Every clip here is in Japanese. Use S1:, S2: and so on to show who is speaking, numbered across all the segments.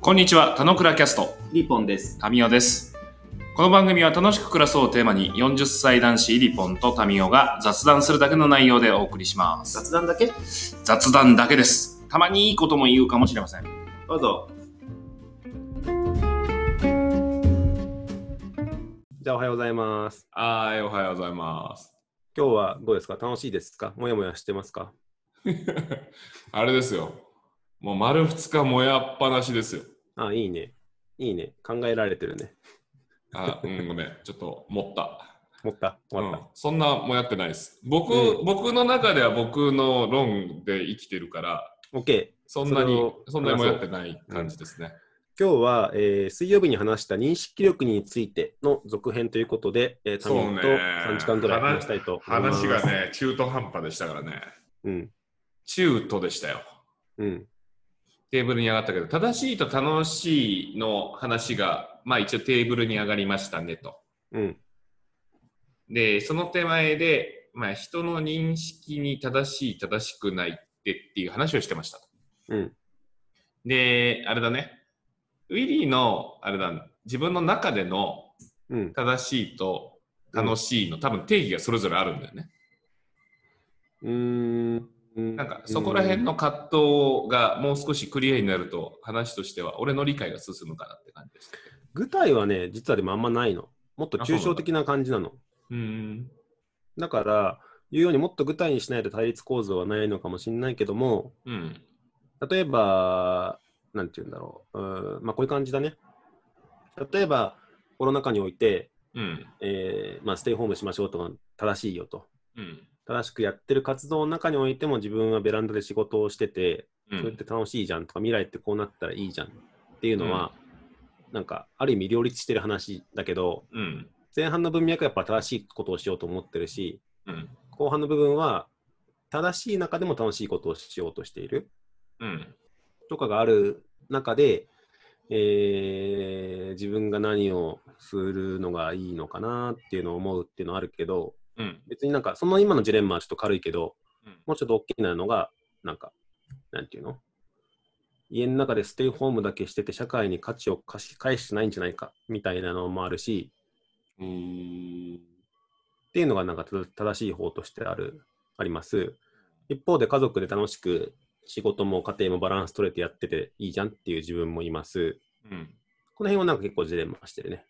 S1: こんにちは、田野倉キャスト、
S2: リポンです。
S1: タミオです。この番組は楽しく暮らそうをテーマに、40歳男子リポンとタミオが雑談するだけの内容でお送りします。
S2: 雑談だけど
S1: 雑談だけです。たまにいいことも言うかもしれません。
S2: うぞ。じゃあおはようございます。
S3: はい、おはようございます。
S2: 今日はどうですか楽しいですかもやもやしてますか
S3: あれですよ。もう丸2日もやっぱなしですよ。
S2: あ、いいね。いいね。考えられてるね。
S3: あ、うん、ごめん。ちょっと持った。
S2: 持った終
S3: う
S2: わっ
S3: ん
S2: た、、
S3: そんなもやってないです。僕、
S2: う
S3: 僕の中では僕の論で生きてるから、
S2: OK。
S3: そんな
S2: そ
S3: に
S2: れを、
S3: そんなにもやってない感じですね。
S2: 今日は、えー水曜日に話した認識力についての続編ということで、えー、タミ
S3: そう
S2: ン
S3: ね
S2: と3時間ぐらい話したいと思います。
S3: 話が。ね、中途半端でしたからね。
S2: うん。
S3: 中途でしたよ。
S2: うん。
S3: テーブルに上がったけど、正しいと楽しいの話が、まあ一応テーブルに上がりましたねと。
S2: うん。
S3: で、その手前で、まあ、人の認識に正しい、正しくないってっていう話をしてました。
S2: うん。
S3: で、あれだね。ウィリーの、あれだ、自分の中での
S2: うん。
S3: 正しいと楽しいの、多分定義がそれぞれあるんだよね。
S2: うーん。
S3: なんか、そこら辺の葛藤がもう少しクリアになると、話としては、俺の理解が進むかなって感じでした。
S2: 具体はね、実はでもあんまないの。もっと抽象的な感じなの。
S3: うーん。
S2: だから、言うようにもっと具体にしないと対立構造はないのかもしれないけども、
S3: うん。
S2: 例えば、なんて言うんだろう。うーんまあ、こういう感じだね。例えば、コロナ禍において、
S3: うん。
S2: えーまあ、ステイホームしましょうとか正しいよと。
S3: うん。
S2: 正しくやってる活動の中においても自分はベランダで仕事をしてて、
S3: う
S2: それっ
S3: ん
S2: て楽しいじゃんとか、未来ってこうなったらいいじゃんっていうのは、なんか、ある意味両立してる話だけど、
S3: うん。
S2: 前半の文脈はやっぱ正しいことをしようと思ってるし、
S3: うん。
S2: 後半の部分は正しい中でも楽しいことをしようとしている
S3: うん。
S2: とかがある中で、えー自分が何をするのがいいのかなっていうのを思うっていうのはあるけど
S3: うん。
S2: 別になんかその今のジレンマはちょっと軽いけど
S3: うん
S2: もうちょっと大きなのがなんかなんていうの家の中でステイホームだけしてて社会に価値を貸し返してないんじゃないかみたいなのもあるし
S3: うーん。
S2: っていうのがなんか正正しい方としてあるあります一方で家族で楽しく仕事も家庭もバランス取れてやってていいじゃんっていう自分もいます
S3: うん。
S2: この辺はなんか結構ジレンマしてるね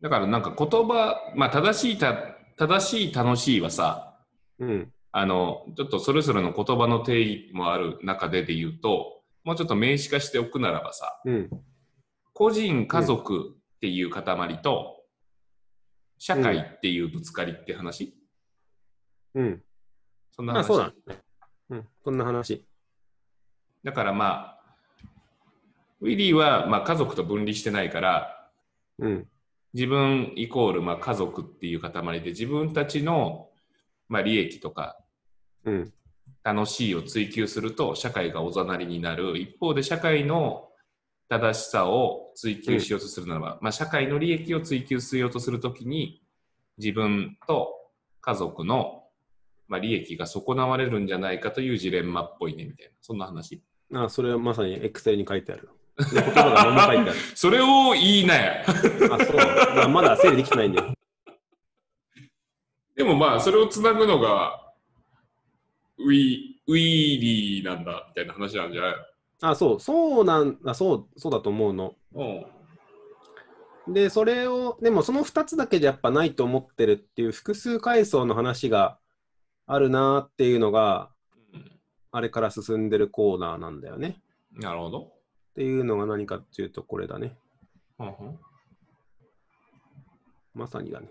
S3: だからなんか言葉、まあ、正しいた正しい楽しいはさ
S2: うん
S3: あのちょっとそれぞれの言葉の定義もある中でで言うともうちょっと名詞化しておくならばさ
S2: うん
S3: 個人家族っていう塊と、社会っていうぶつかりって話、
S2: うん
S3: そんな
S2: ま
S3: 話、
S2: あそうだねうんそんな話
S3: だからまあウィリーはまあ家族と分離してないから
S2: うん
S3: 自分イコールまあ家族っていう塊で自分たちのまあ利益とか
S2: うん
S3: 楽しいを追求すると社会がおざなりになる一方で社会の正しさを追求しようとするならば、まあ、社会の利益を追求しようとするときに自分と家族の、まあ、利益が損なわれるんじゃないかというジレンマっぽいねみたいなそんな話
S2: あそれはまさにエクセルに書いてある言葉が何も書いてあ
S3: それを言いなや
S2: るあそう、まあ、まだ整理できてないんだよ
S3: でもまあそれをつなぐのがウィウィリーなんだみたいな話なんじゃない
S2: あそうそうなんあそうそうだと思うの
S3: の
S2: で、それを、でもその2つだけじゃやっぱないと思ってるっていう複数階層の話があるなーっていうのが、あれから進んでるコーナーなんだよね。
S3: うんなるほど、
S2: っていうのが何かっていうとこれだね。
S3: うんうん
S2: まさにだね。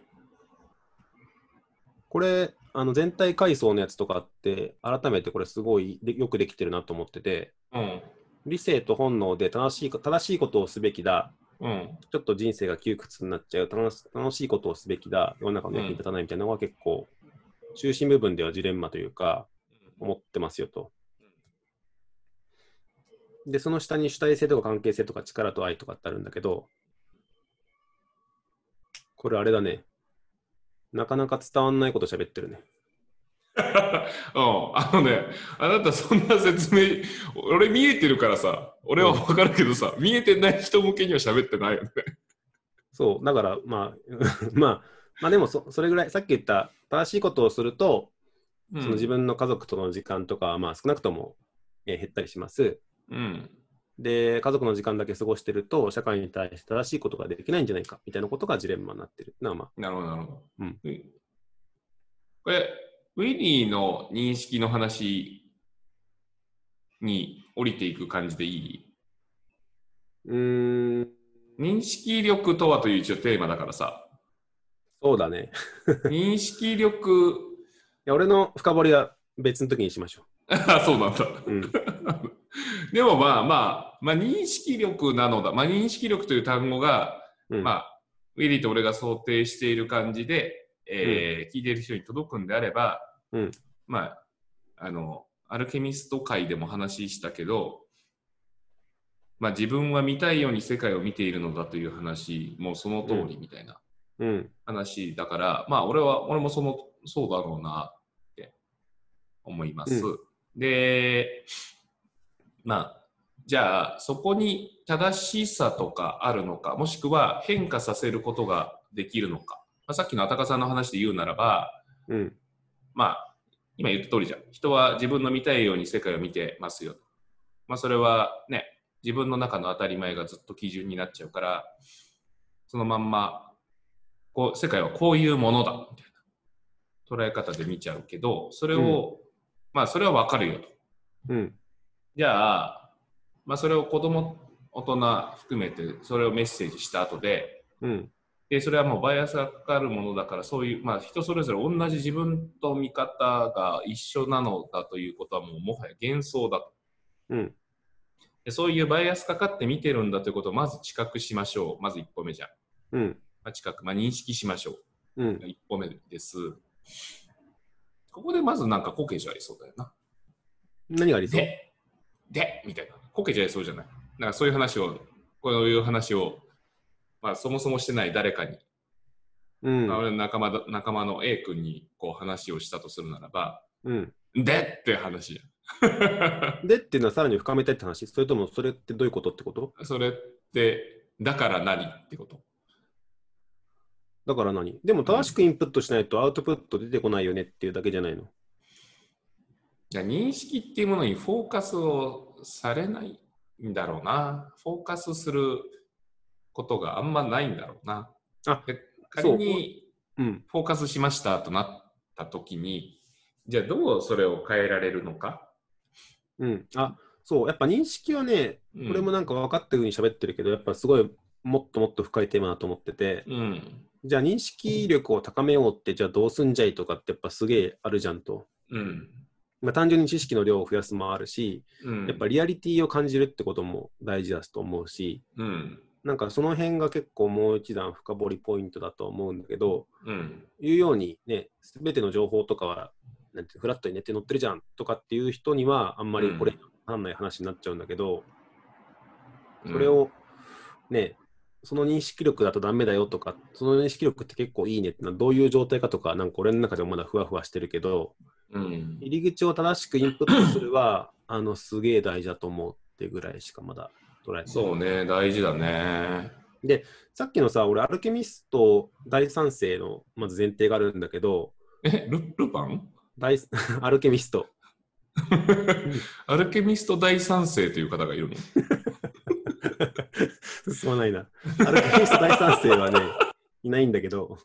S2: これ、あの全体階層のやつとかって、改めてこれすごいでよくできてるなと思ってて、
S3: うん
S2: 理性と本能で正しい正しいことをすべきだ、
S3: うん
S2: ちょっと人生が窮屈になっちゃう、楽し楽しいことをすべきだ、世の中の役に立たないみたいなのが結構、中心部分ではジレンマというか、思ってますよと。で、その下に主体性とか関係性とか力と愛とかってあるんだけど、これあれだね。なかなか伝わんないこと喋ってるね。
S3: あのね、あなたそんな説明、俺見えてるからさ、俺はわかるけどさ、見えてない人向けには喋ってないよね。
S2: そう、だから、まあ、 まあ、まあでもそ、それぐらい、さっき言った正しいことをすると、
S3: う
S2: その自
S3: 分。
S2: 分の家族との時間とかは、まあ、少なくとも、えー減ったりします。
S3: うん。
S2: で、家族の時間だけ過ごしてると、社会に対して正しいことができないんじゃないか、みたいなことがジレンマになってる。なまあ、
S3: なるほど、なるほど。
S2: うん
S3: これ、ウィリーの認識の話に降りていく感じでいいう
S2: ーん、
S3: 認識力とはという一応テーマだからさ、
S2: そうだね。
S3: 認識力、
S2: い や俺の深掘りは別の時にしましょ
S3: あ、そうなんだ。
S2: う。 うん、
S3: でもまあまあ、まあ認識力なのだ。まあ認識力という単語が、
S2: うん、
S3: まあ、ウィリーと俺が想定している感じで、えー聞いている人に届くんであれば、
S2: うん
S3: まあ、あの、アルケミスト界でも話したけど、まあ自分は見たいように世界を見ているのだという話もその通りみたいな
S2: うん、
S3: 話だから、まあ俺は、俺もその、そうだろうなって思います。
S2: う
S3: で、まあ、じゃあそこに正しさとかあるのか、もしくは変化させることができるのか。まあ、さっきのあたかさんの話で言うならば、
S2: うん、
S3: まあ、今言った通りじゃん。人は自分の見たいように世界を見てますよ。まあ、それはね、自分の中の当たり前がずっと基準になっちゃうから、そのまんま、こう、世界はこういうものだ、みたいな捉え方で見ちゃうけど、それを、まあ、それはわかるよと。
S2: うん、
S3: じゃあ、まあ、それを子供、大人含めて、それをメッセージした後で、
S2: うん、
S3: でそれはもうバイアスがかかるものだからそういう、まあ、人それぞれ同じ自分と見方が一緒なのだということはもうもはや幻想だと
S2: うん、
S3: でそういうバイアスかかって見てるんだということをまず知覚しましょうまず一歩目じゃん、
S2: うん、
S3: まあ、知覚、まあ、認識しましょ
S2: うん
S3: う、一歩目ですここでまずなんかこけちゃいそうだよな
S2: 何が理想
S3: ででみたいなこけちゃいそうじゃないなんかそういう話をこういう話を、まあ、そもそもしてない誰かに
S2: うん
S3: まあ、、俺の仲間だ仲間の A 君にこう話をしたとするならば、
S2: うん。
S3: でって話じ
S2: でっていうのはさらに深めたいって話それともそれってどういうことってこと
S3: ゃん。それって、だから何ってこと。
S2: だから何でも正しくインプットしないとアウトプット出てこないよねっていうだけじゃないの。
S3: じゃあ認識っていうものにフォーカスをされないんだろうな。フォーカスすることがあんまないんだろうな。
S2: あ
S3: で仮に
S2: うん。
S3: フォーカスしましたとなった時に、じゃあどうそれを変えられるのか。
S2: うん。あ、そう。やっぱ認識はね、
S3: うん
S2: これもなんか分かったように喋ってるけど、やっぱすごいもっともっと深いテーマだと思ってて、
S3: うん。
S2: じゃあ認識力を高めようって、じゃあどうすんじゃいとかってやっぱすげえあるじゃんと。
S3: うん。
S2: まあ単純に知識の量を増やすもあるし、
S3: うん。
S2: やっぱリアリティを感じるってことも大事だと思うし、
S3: うん。
S2: なんかその辺が結構もう一段深掘りポイントだと思うんだけど、
S3: うん。
S2: いうようにね、すべての情報とかは、なんていうのフラットに寝て載ってるじゃんとかっていう人には、あんまりこれ、
S3: うん
S2: わかんない話になっちゃうんだけど、
S3: うん
S2: それ、をね、その認識力だとダメだよとか、その認識力って結構いいねってのはどういう状態かとか、なんか俺の中でもまだふわふわしてるけど、
S3: うん。
S2: 入り口を正しくインプットするは、 あの、すげえ大事だと思うってぐらいしかまだ捉えてない
S3: そうね、大事だね。
S2: さっきのさ、俺、アルケミスト第三世のまず前提があるんだけど、
S3: え、ルルパン
S2: 第 アルケミスト。
S3: アルケミスト第三世という方がいるの
S2: 進まないな。アルケミスト第三世は ね、いないんだけど、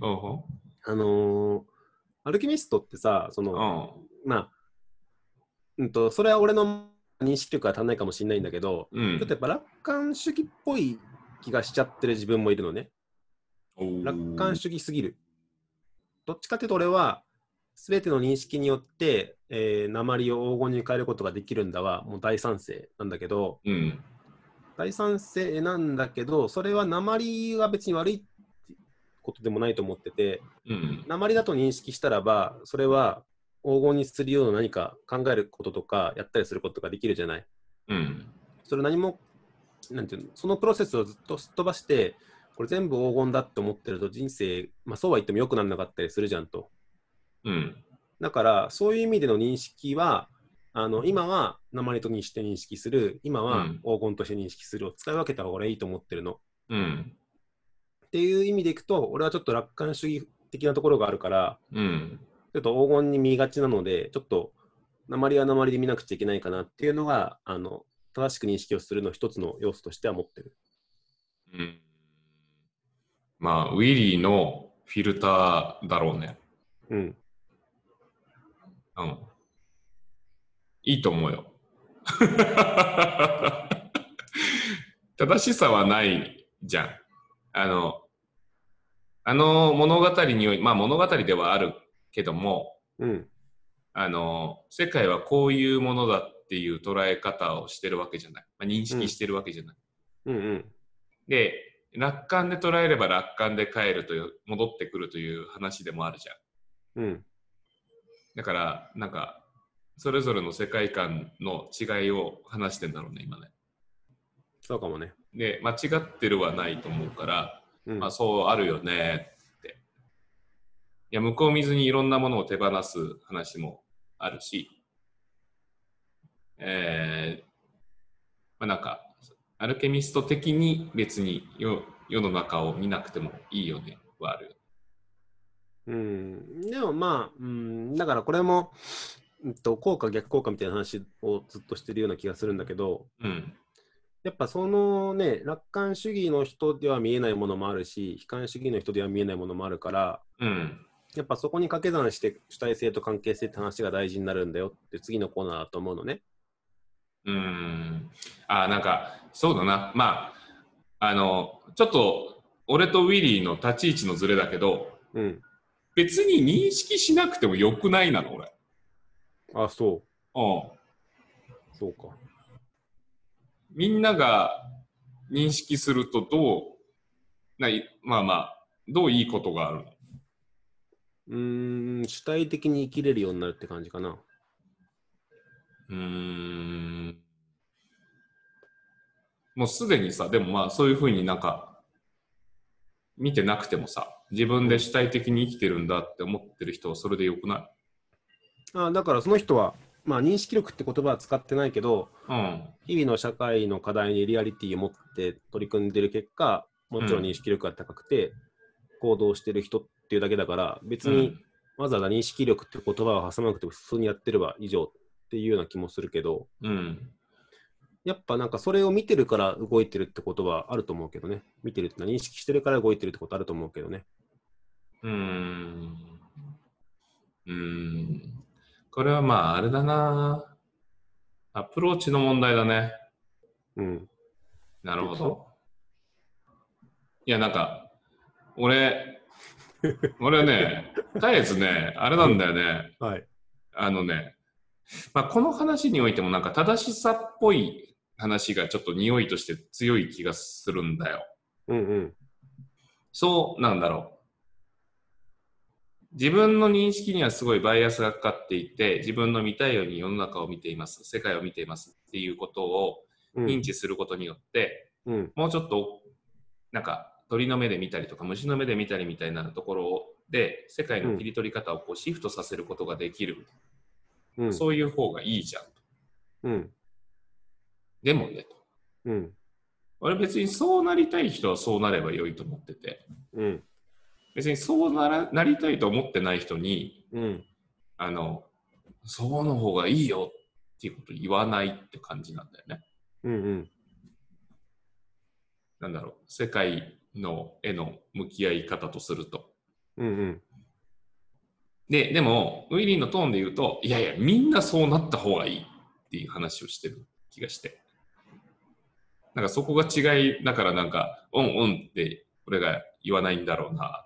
S2: あのーアルケミストってさ、そ
S3: うん
S2: の、
S3: うん
S2: まあ、うんと、それは俺の認識力が足んないかもしれないんだけど、
S3: うん
S2: ちょっとやっぱ楽観主義っぽい気がしちゃってる自分もいるのね。楽観主義すぎる。どっちかというと俺は、すべての認識によって、えー、鉛を黄金に変えることができるんだは、もう大賛成なんだけど、
S3: うん。
S2: 大賛成なんだけど、それは鉛が別に悪いことでもないと思ってて、
S3: うん。
S2: 鉛だと認識したらば、それは黄金にするような何か考えることとか、やったりすることができるじゃない。
S3: うん。
S2: それ何も、なんていうの、そのプロセスをずっとすっ飛ばして、これ全部黄金だって思ってると人生、まあ、そうは言っても良くならなかったりするじゃんと。
S3: うん。
S2: だから、そういう意味での認識は、あの今は鉛として認識する、今
S3: う
S2: は
S3: ん
S2: 黄金として認識するを使い分けた方が俺はいいと思ってるの。
S3: うん。
S2: っていう意味でいくと、俺はちょっと楽観主義的なところがあるから、
S3: うん。
S2: ちょっと黄金に見がちなので、ちょっと鉛は鉛で見なくちゃいけないかなっていうのが、あの正しく認識をするの一つの要素としては持ってる。
S3: うん。まあ、ウィリーのフィルターだろうね。
S2: うん。
S3: うん。いいと思うよ。 正しさはないじゃん。あの、あの物語におい、まあ物語ではあるけども、
S2: うん。
S3: あの、世界はこういうものだっていう捉え方をしてるわけじゃない。まあ、認識してるわけじゃない。
S2: うんうん。
S3: で、楽観で捉えれば楽観で帰るという、戻ってくるという話でもあるじゃん。
S2: うん。
S3: だから、なんか、それぞれの世界観の違いを話してんだろうね、今ね。
S2: そうかもね。
S3: で、間違ってるはないと思うから、
S2: うん。
S3: まあ、そうあるよねって。いや、向こう見ずにいろんなものを手放す話もあるし、えー、まあ、なんか、アルケミスト的に別に世世の中を見なくてもいいよねはあるよ。
S2: うん、でもまあ、うん、だからこれも、うん、と効果逆効果みたいな話をずっとしてるような気がするんだけど
S3: うん。
S2: やっぱそのね楽観主義の人では見えないものもあるし悲観主義の人では見えないものもあるから
S3: うん。
S2: やっぱそこに掛け算して主体性と関係性って話が大事になるんだよって次のコーナーだと思うのね。
S3: うーん。あー、なんか、そうだな。まあ、あの、ちょっと、俺とウィリーの立ち位置のズレだけど、
S2: うん。
S3: 別に認識しなくてもよくないなの、俺。
S2: あ、そ
S3: うん。
S2: う。そうか。
S3: みんなが認識するとどうないまあまあどういいことがあるの
S2: うーん、主体的に生きれるようになるって感じかな。
S3: うーんもうすでにさでもまあそういうふうになんか見てなくてもさ自分で主体的に生きてるんだって思ってる人はそれでよくな
S2: あだからその人は、まあ認識力って言葉は使ってないけど、
S3: い
S2: 日々の社会の課題にリアリティを持って取り組んでる結果、もちろん認識力が高くて、行動してる人っていうだけだから、別
S3: うん、
S2: にわざわざ認識力って言葉を挟まなくても普通にやってれば以上っていうような気もするけど、
S3: うん
S2: やっぱなんかそれを見てるから動いてるってことはあると思うけどね。見てるってのは認識してるから動いてるってことあると思うけどね。
S3: うーんうーんこれはまああれだなアプローチの問題だね
S2: うん。
S3: なるほ
S2: って
S3: ど。いや、なんか、俺、俺ね、絶えずね、あれなんだよね、
S2: はい。
S3: あのね、まあ、この話においても、なんか正しさっぽい話がちょっと匂いとして強い気がするんだよ。
S2: うんうん。
S3: そうなんだろう。自分の認識にはすごいバイアスがかかっていて、自分の見たいように世の中を見ています、世界を見ていますっていうことを
S2: うん。
S3: 認知することによって、
S2: うん。
S3: もうちょっと、なんか、鳥の目で見たりとか、虫の目で見たりみたいなところをで、世界の切り取り方をこうシフトさせることができる、
S2: うん。
S3: そういう方がいいじゃん。
S2: うん。
S3: でもね、と
S2: うん。
S3: 俺別にそうなりたい人はそうなれば良いと思ってて、
S2: うん。
S3: 別にそうならなりたいと思ってない人に、
S2: うん。
S3: あの、そうの方がいいよっていうこと言わないって感じなんだよね。
S2: うん。うん。
S3: なんだろう、世界の絵の向き合い方とすると。
S2: うん。
S3: で、でも、ウィリーのトーンで言うと、いやいや、みんなそうなった方がいいっていう話をしてる気がして。なんかそこが違いだからなんか、うんうんって俺が言わないんだろうな。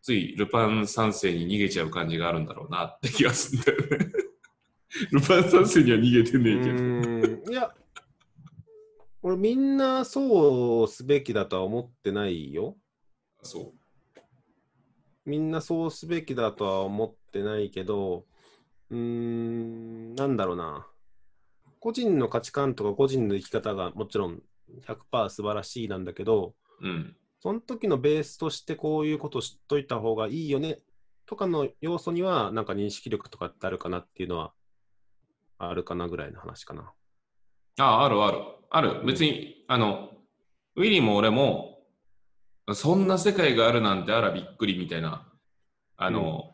S3: ついルパン三世に逃げちゃう感じがあるんだろうなって気がするんだよね。 ルパン三世には逃げて
S2: う
S3: ねえけど。
S2: ーん。いや、俺みんなそうすべきだとは思ってないよ。
S3: そう。
S2: みんなそうすべきだとは思ってないけど、うーん、なんだろうな。個人の価値観とか個人の生き方がもちろん100%素晴らしいなんだけど、
S3: うん。
S2: その時のベースとしてこういうこと知っといた方がいいよねっとかの要素には、なんか認識力とかってあるかなっていうのは、あるかなぐらいの話かな。
S3: ああ、あるある。ある。別に、あの、ウィリーも俺も、そんな世界があるなんてあらびっくりみたいな、あの、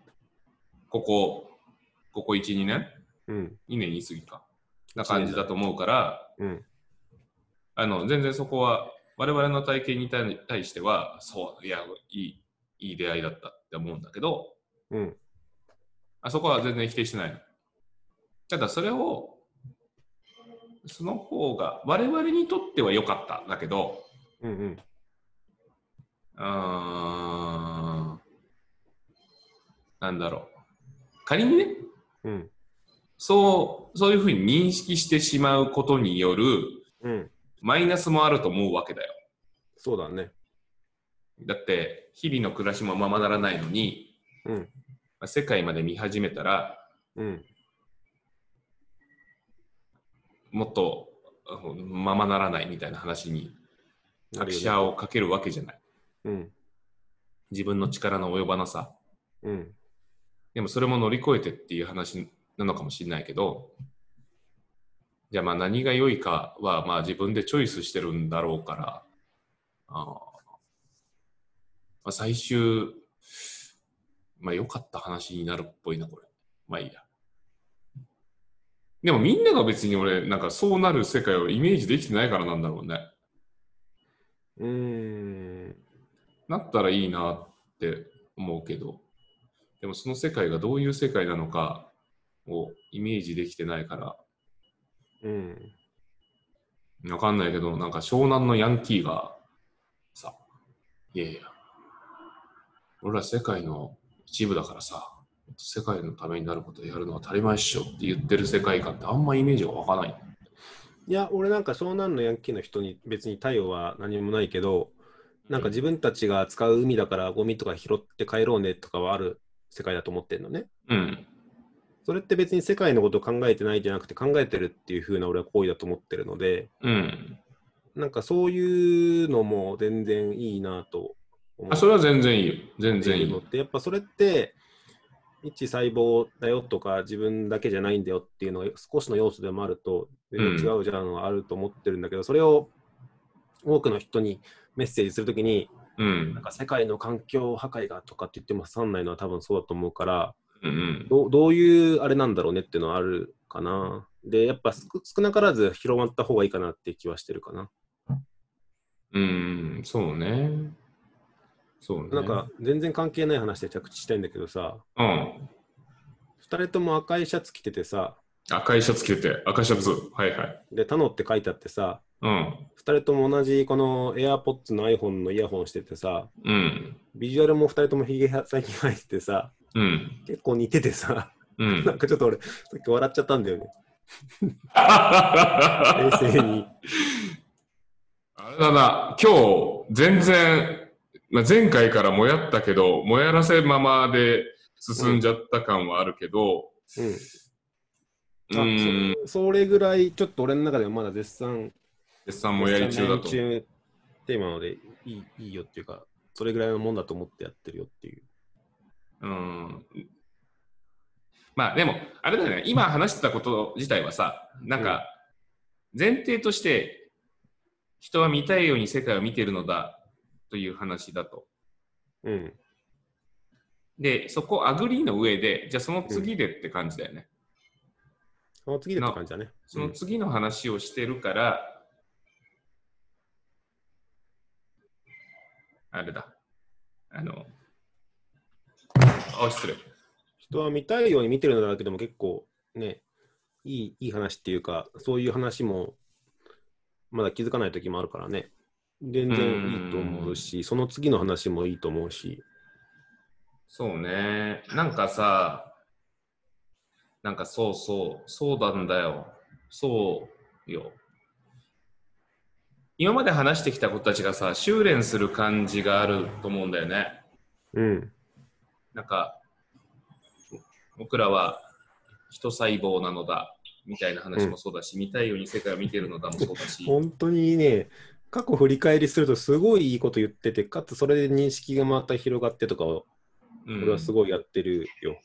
S3: ここ、ここ1、2年
S2: うん。
S3: ?2 年言い過ぎか。な感じだと思うから、
S2: うん。
S3: あの、全然そこは、我々の体験に対対しては、そう、いや、いい、いい出会いだったって思うんだけど、
S2: うん。
S3: あそこは全然否定してないの。ただそれを、その方が我々にとっては良かったんだけど、
S2: うん。うん。
S3: うーん、なんだろう。仮にね、
S2: うん。
S3: そう、そういうふうに認識してしまうことによる
S2: うん。
S3: マイナスもあると思うわけだよ。
S2: そうだね。
S3: だって、日々の暮らしもままならないのに、
S2: うん
S3: まあ世界まで見始めたら、
S2: うん。
S3: もっとあのままならないみたいな話に拍車をかけるわけじゃない。
S2: うん。
S3: 自分の力の及ばなさ。
S2: うん。
S3: でもそれも乗り越えてっていう話なのかもしれないけど、じゃあまあ何が良いかはまあ自分でチョイスしてるんだろうから、あーまあ、最終、まあ良かった話になるっぽいな、これ。まあいいや。でもみんなが別に俺、なんかそうなる世界をイメージできてないからなんだろうね。
S2: うーん。
S3: なったらいいなって思うけど、でもその世界がどういう世界なのかをイメージできてないか
S2: うん。
S3: ら、わかんないけど、なんか湘南のヤンキーがさ、いやいや、俺ら世界の一部だからさ、世界のためになることをやるのは当たり前っしょって言ってる世界観ってあんまイメージが湧かない。
S2: いや、俺なんか湘南のヤンキーの人に別に対応は何もないけど、なんか自分たちが使う海だからゴミとか拾って帰ろうねとかはある世界だと思ってるのね。
S3: うん。
S2: それって別に世界のことを考えてないじゃなくて考えてるっていう風な俺は行為だと思ってるので、
S3: うん。
S2: なんかそういうのも全然いいなと思
S3: あ、それは全然いいよ。全
S2: って
S3: 然い
S2: い
S3: い
S2: のっ
S3: よ。
S2: て、やっぱそれって、一細胞だよとか、自分だけじゃないんだよっていうのが少しの要素でもあると、全然違うじゃんはあると思ってるんだけど、それを多くの人にメッセージするときに、
S3: うん
S2: なん。か世界の環境破壊がとかって言っても刺さんないのは多分そうだと思うから、
S3: うんうん。
S2: どうどういうあれなんだろうねっていうのはあるかな。で、やっぱ少少なからず広まった方がいいかなって気はしてるかな。
S3: うん、そうね。そうね。
S2: なんか、全然関係ない話で着地したいんだけどさ、
S3: うん。
S2: 2人とも赤いシャツ着ててさ、
S3: 赤いシャツ着てて、赤いシャツ。はいはい。
S2: で、タノって書いてあってさ、
S3: うん。
S2: 2人とも同じこの AirPods の iPhone のイヤホンしててさ、
S3: うん。
S2: ビジュアルも2人ともひげ最近生えててさ、
S3: うん。
S2: 結構似ててさ、
S3: う
S2: なん
S3: ん。
S2: かちょっと俺、さっき笑っちゃったんだよね、冷静に。
S3: あれだな、今日、全然、まあ、前回からもやったけど、もやらせままで進んじゃった感はあるけど、
S2: うん
S3: う
S2: あ
S3: ん、
S2: そそれぐらい、ちょっと俺の中ではまだ絶賛、
S3: 絶賛もやり中だ
S2: 絶
S3: と。
S2: 賛悩み中テーマなのでいい、いいよっていうか、それぐらいのもんだと思ってやってるよっていう。
S3: うん。まあでも、あれだよね、今話してたこと自体はさ、なんか、前提として、人は見たいように世界を見てるのだという話だと。
S2: うん、
S3: で、そこアグリーの上で、じゃあその次でって感じだよね。
S2: その次でって感じだね。
S3: その次の話をしてるから、あれだ。あの、あ、失礼。
S2: 人は見たいように見てるのだけでも結構ね、いいいい話っていうか、そういう話もまだ気づかない時もあるからね、全然いいと思うし、その次の話もいいと思うし、
S3: そうね。なんかさ、なんかそうそう、そうなんだよ。そうよ。今まで話してきた子たちがさ、修練する感じがあると思うんだよね。
S2: うん、
S3: なんか、僕らは一細胞なのだ、みたいな話もそうだし、見たいように世界を見てるのだもそうだし。
S2: 本当にね、過去振り返りするとすごいいいこと言ってて、かつそれで認識がまた広がってとかを
S3: うん、
S2: 俺はすごいやってるよ。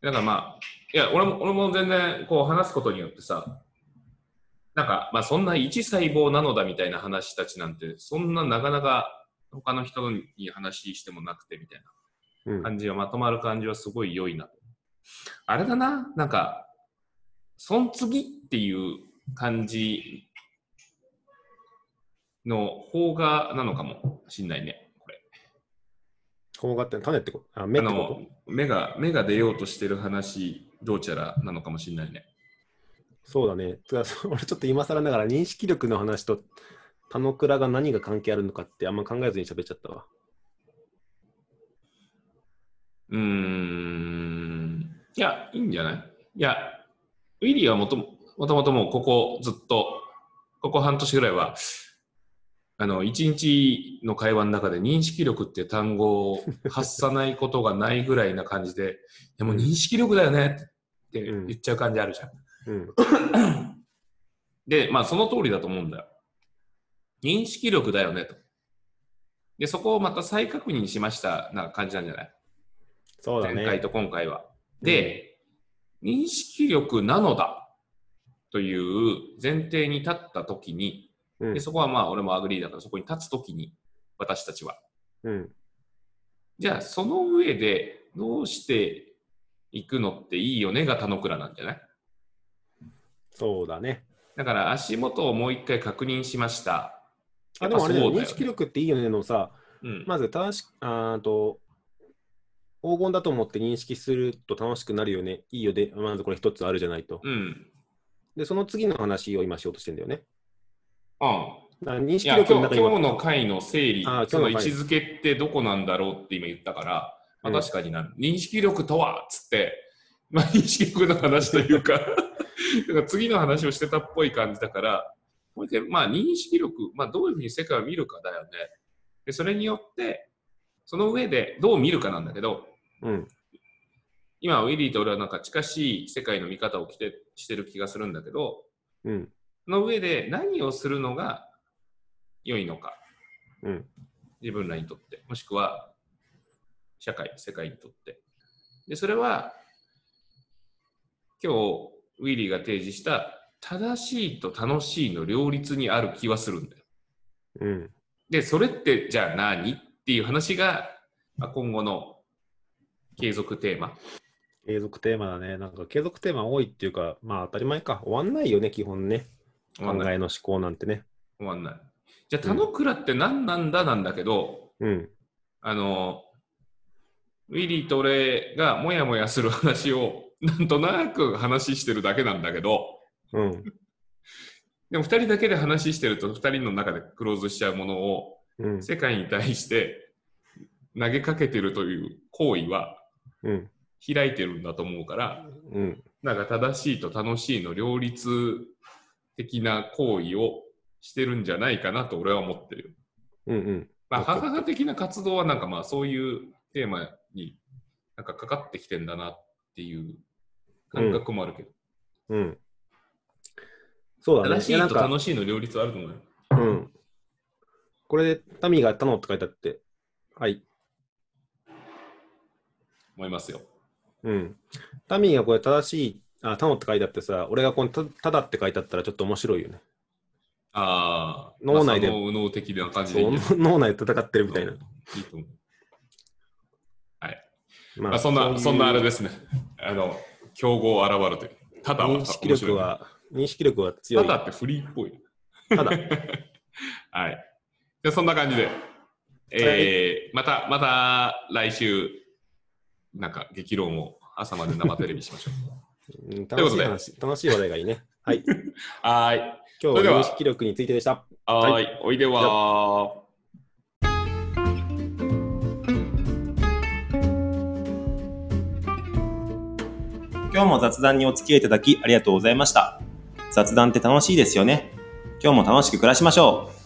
S3: だからまあ、いや、俺も、俺も全然、こう話すことによってさ、なんか、まあそんな一細胞なのだみたいな話たちなんて、そんななかなか他の人に話してもなくてみたい
S2: うん
S3: な感じがまとまる感じはすごい良いなと。あれだな、なんか、損継ぎっていう感じの方がなのかもしんないね、これ。
S2: こうがって種ってことあ、芽
S3: あ
S2: ってこと
S3: の目が目が出ようとしてる話どうちゃらなのかもしれないね。
S2: そうだね。つうか そう俺ちょっと今更ながら認識力の話と田の倉が何が関係あるのかってあんま考えずに喋っちゃったわ。
S3: うーん。いや、いいんじゃないいや、ウィリーはもとももともともうここずっと、ここ半年ぐらいは、あの、一日の会話の中で認識力って単語を発さないことがないぐらいな感じで、いやもう認識力だよねって言っちゃう感じあるじゃん。
S2: うん。
S3: で、まあその通りだと思うんだよ。認識力だよねと。で、そこをまた再確認しましたな感じなんじゃない、
S2: そうだ
S3: 前回
S2: ね。
S3: と今回は。で、認識力なのだという前提に立ったときに、
S2: うん
S3: で、そこはまあ俺もアグリーだからそこに立つときに、私たちは。
S2: うん。
S3: じゃあその上でどうしていくのっていいよねが田の倉なんじゃない
S2: そうだね。
S3: だから足元をもう一回確認しました。
S2: あでもあれだよ、
S3: やっぱ
S2: 認
S3: そう
S2: 識力っていいよねのさ、
S3: うん
S2: まず正しく、あーと、黄金だと思って認識すると楽しくなるよね、いいよで、まずこれ一つあるじゃないと。
S3: うん。
S2: で、その次の話を今しようとしてんだよね。
S3: うん。
S2: だから認
S3: い
S2: 識
S3: や今
S2: 力の
S3: 日
S2: 中に
S3: 今日
S2: は、
S3: の回の整理
S2: あー、
S3: その位
S2: 今日の回
S3: 置づけってどこなんだろうって今言ったから、まあ、
S2: うん
S3: 確かにな、認識力とはっつって、 まあ、認識力の話というか、 だから次の話をしてたっぽい感じだから、これでまあ認識力、まあ、どういうふうに世界を見るかだよね。でそれによって、その上でどう見るかなんだけど、
S2: うん、
S3: 今、ウィリーと俺はなんか近しい世界の見方をきてしてる気がするんだけど、
S2: うん、
S3: その上で何をするのが良いのか、
S2: うん
S3: 自分らにとって、もしくは社会、世界にとって。で、それは今日、ウィリーが提示した正しいと楽しいの両立にある気はするんだよ。
S2: うん、
S3: で、それってじゃあ何っていう話がまあ今後の継続テーマ。
S2: 継続テーマだね。なんか継続テーマ多いっていうか、まあ当たり前か、終わんないよね、基本ね。考
S3: 終わんない。
S2: えの思考なんてね。
S3: 終わんない。じゃあ、田之倉って何なんだなんだけど、
S2: うん、
S3: あの、ウィリーと俺がもやもやする話を、 なんとなく話してるだけなんだけど、
S2: うん、
S3: でも二人だけで話してると二人の中でクローズしちゃうものを
S2: うん、
S3: 世界に対して投げかけてるという行為は
S2: うん、
S3: 開いてるんだと思うから、
S2: うん、
S3: なんか正しいと楽しいの両立的な行為をしてるんじゃないかなと俺は思ってる
S2: う
S3: よ。
S2: ん、うん。
S3: まあ、母が的な活動はなんかまあそういうテーマになんかかかってきてんだなっていう感覚もあるけど、
S2: うんそうだね。
S3: 正し
S2: やないん
S3: と
S2: か
S3: 楽しいの両立あると思うよ。
S2: うん。これで、タミが頼むって書いてあって、はい。
S3: 思いますよ。
S2: うん。タミがこれ正しい、あ、頼むって書いてあってさ、俺がこのたただって書いてあったらちょっと面白いよね。
S3: ああ、
S2: 脳内で
S3: まあその右脳的な感じでい
S2: そ
S3: いうね
S2: 脳内で戦ってるみたいな。
S3: いいと思う。
S2: ま
S3: まあ、そんな、
S2: うい
S3: そ
S2: うん
S3: なあれですね。あの、競合現るという。ただは
S2: 認識力は、認識力は強
S3: 面白い
S2: い。
S3: ただってフリーっぽい。
S2: ただ
S3: はい。じゃあそんな感じで、えーまた、また来週、なんか激論を朝まで生テレビしましょう。
S2: うん
S3: と
S2: 楽
S3: いうこ
S2: し
S3: と
S2: い
S3: で
S2: 話、楽しい話題がいい ね。はい。今
S3: はーい。
S2: 日
S3: そ
S2: は
S3: れでは
S2: 認識力についてでした。
S3: はーい。
S2: はい
S3: おいではー。
S4: 今日も雑談にお付き合いいただきありがとうございました。雑談って楽しいですよね。今日も楽しく暮らしましょう。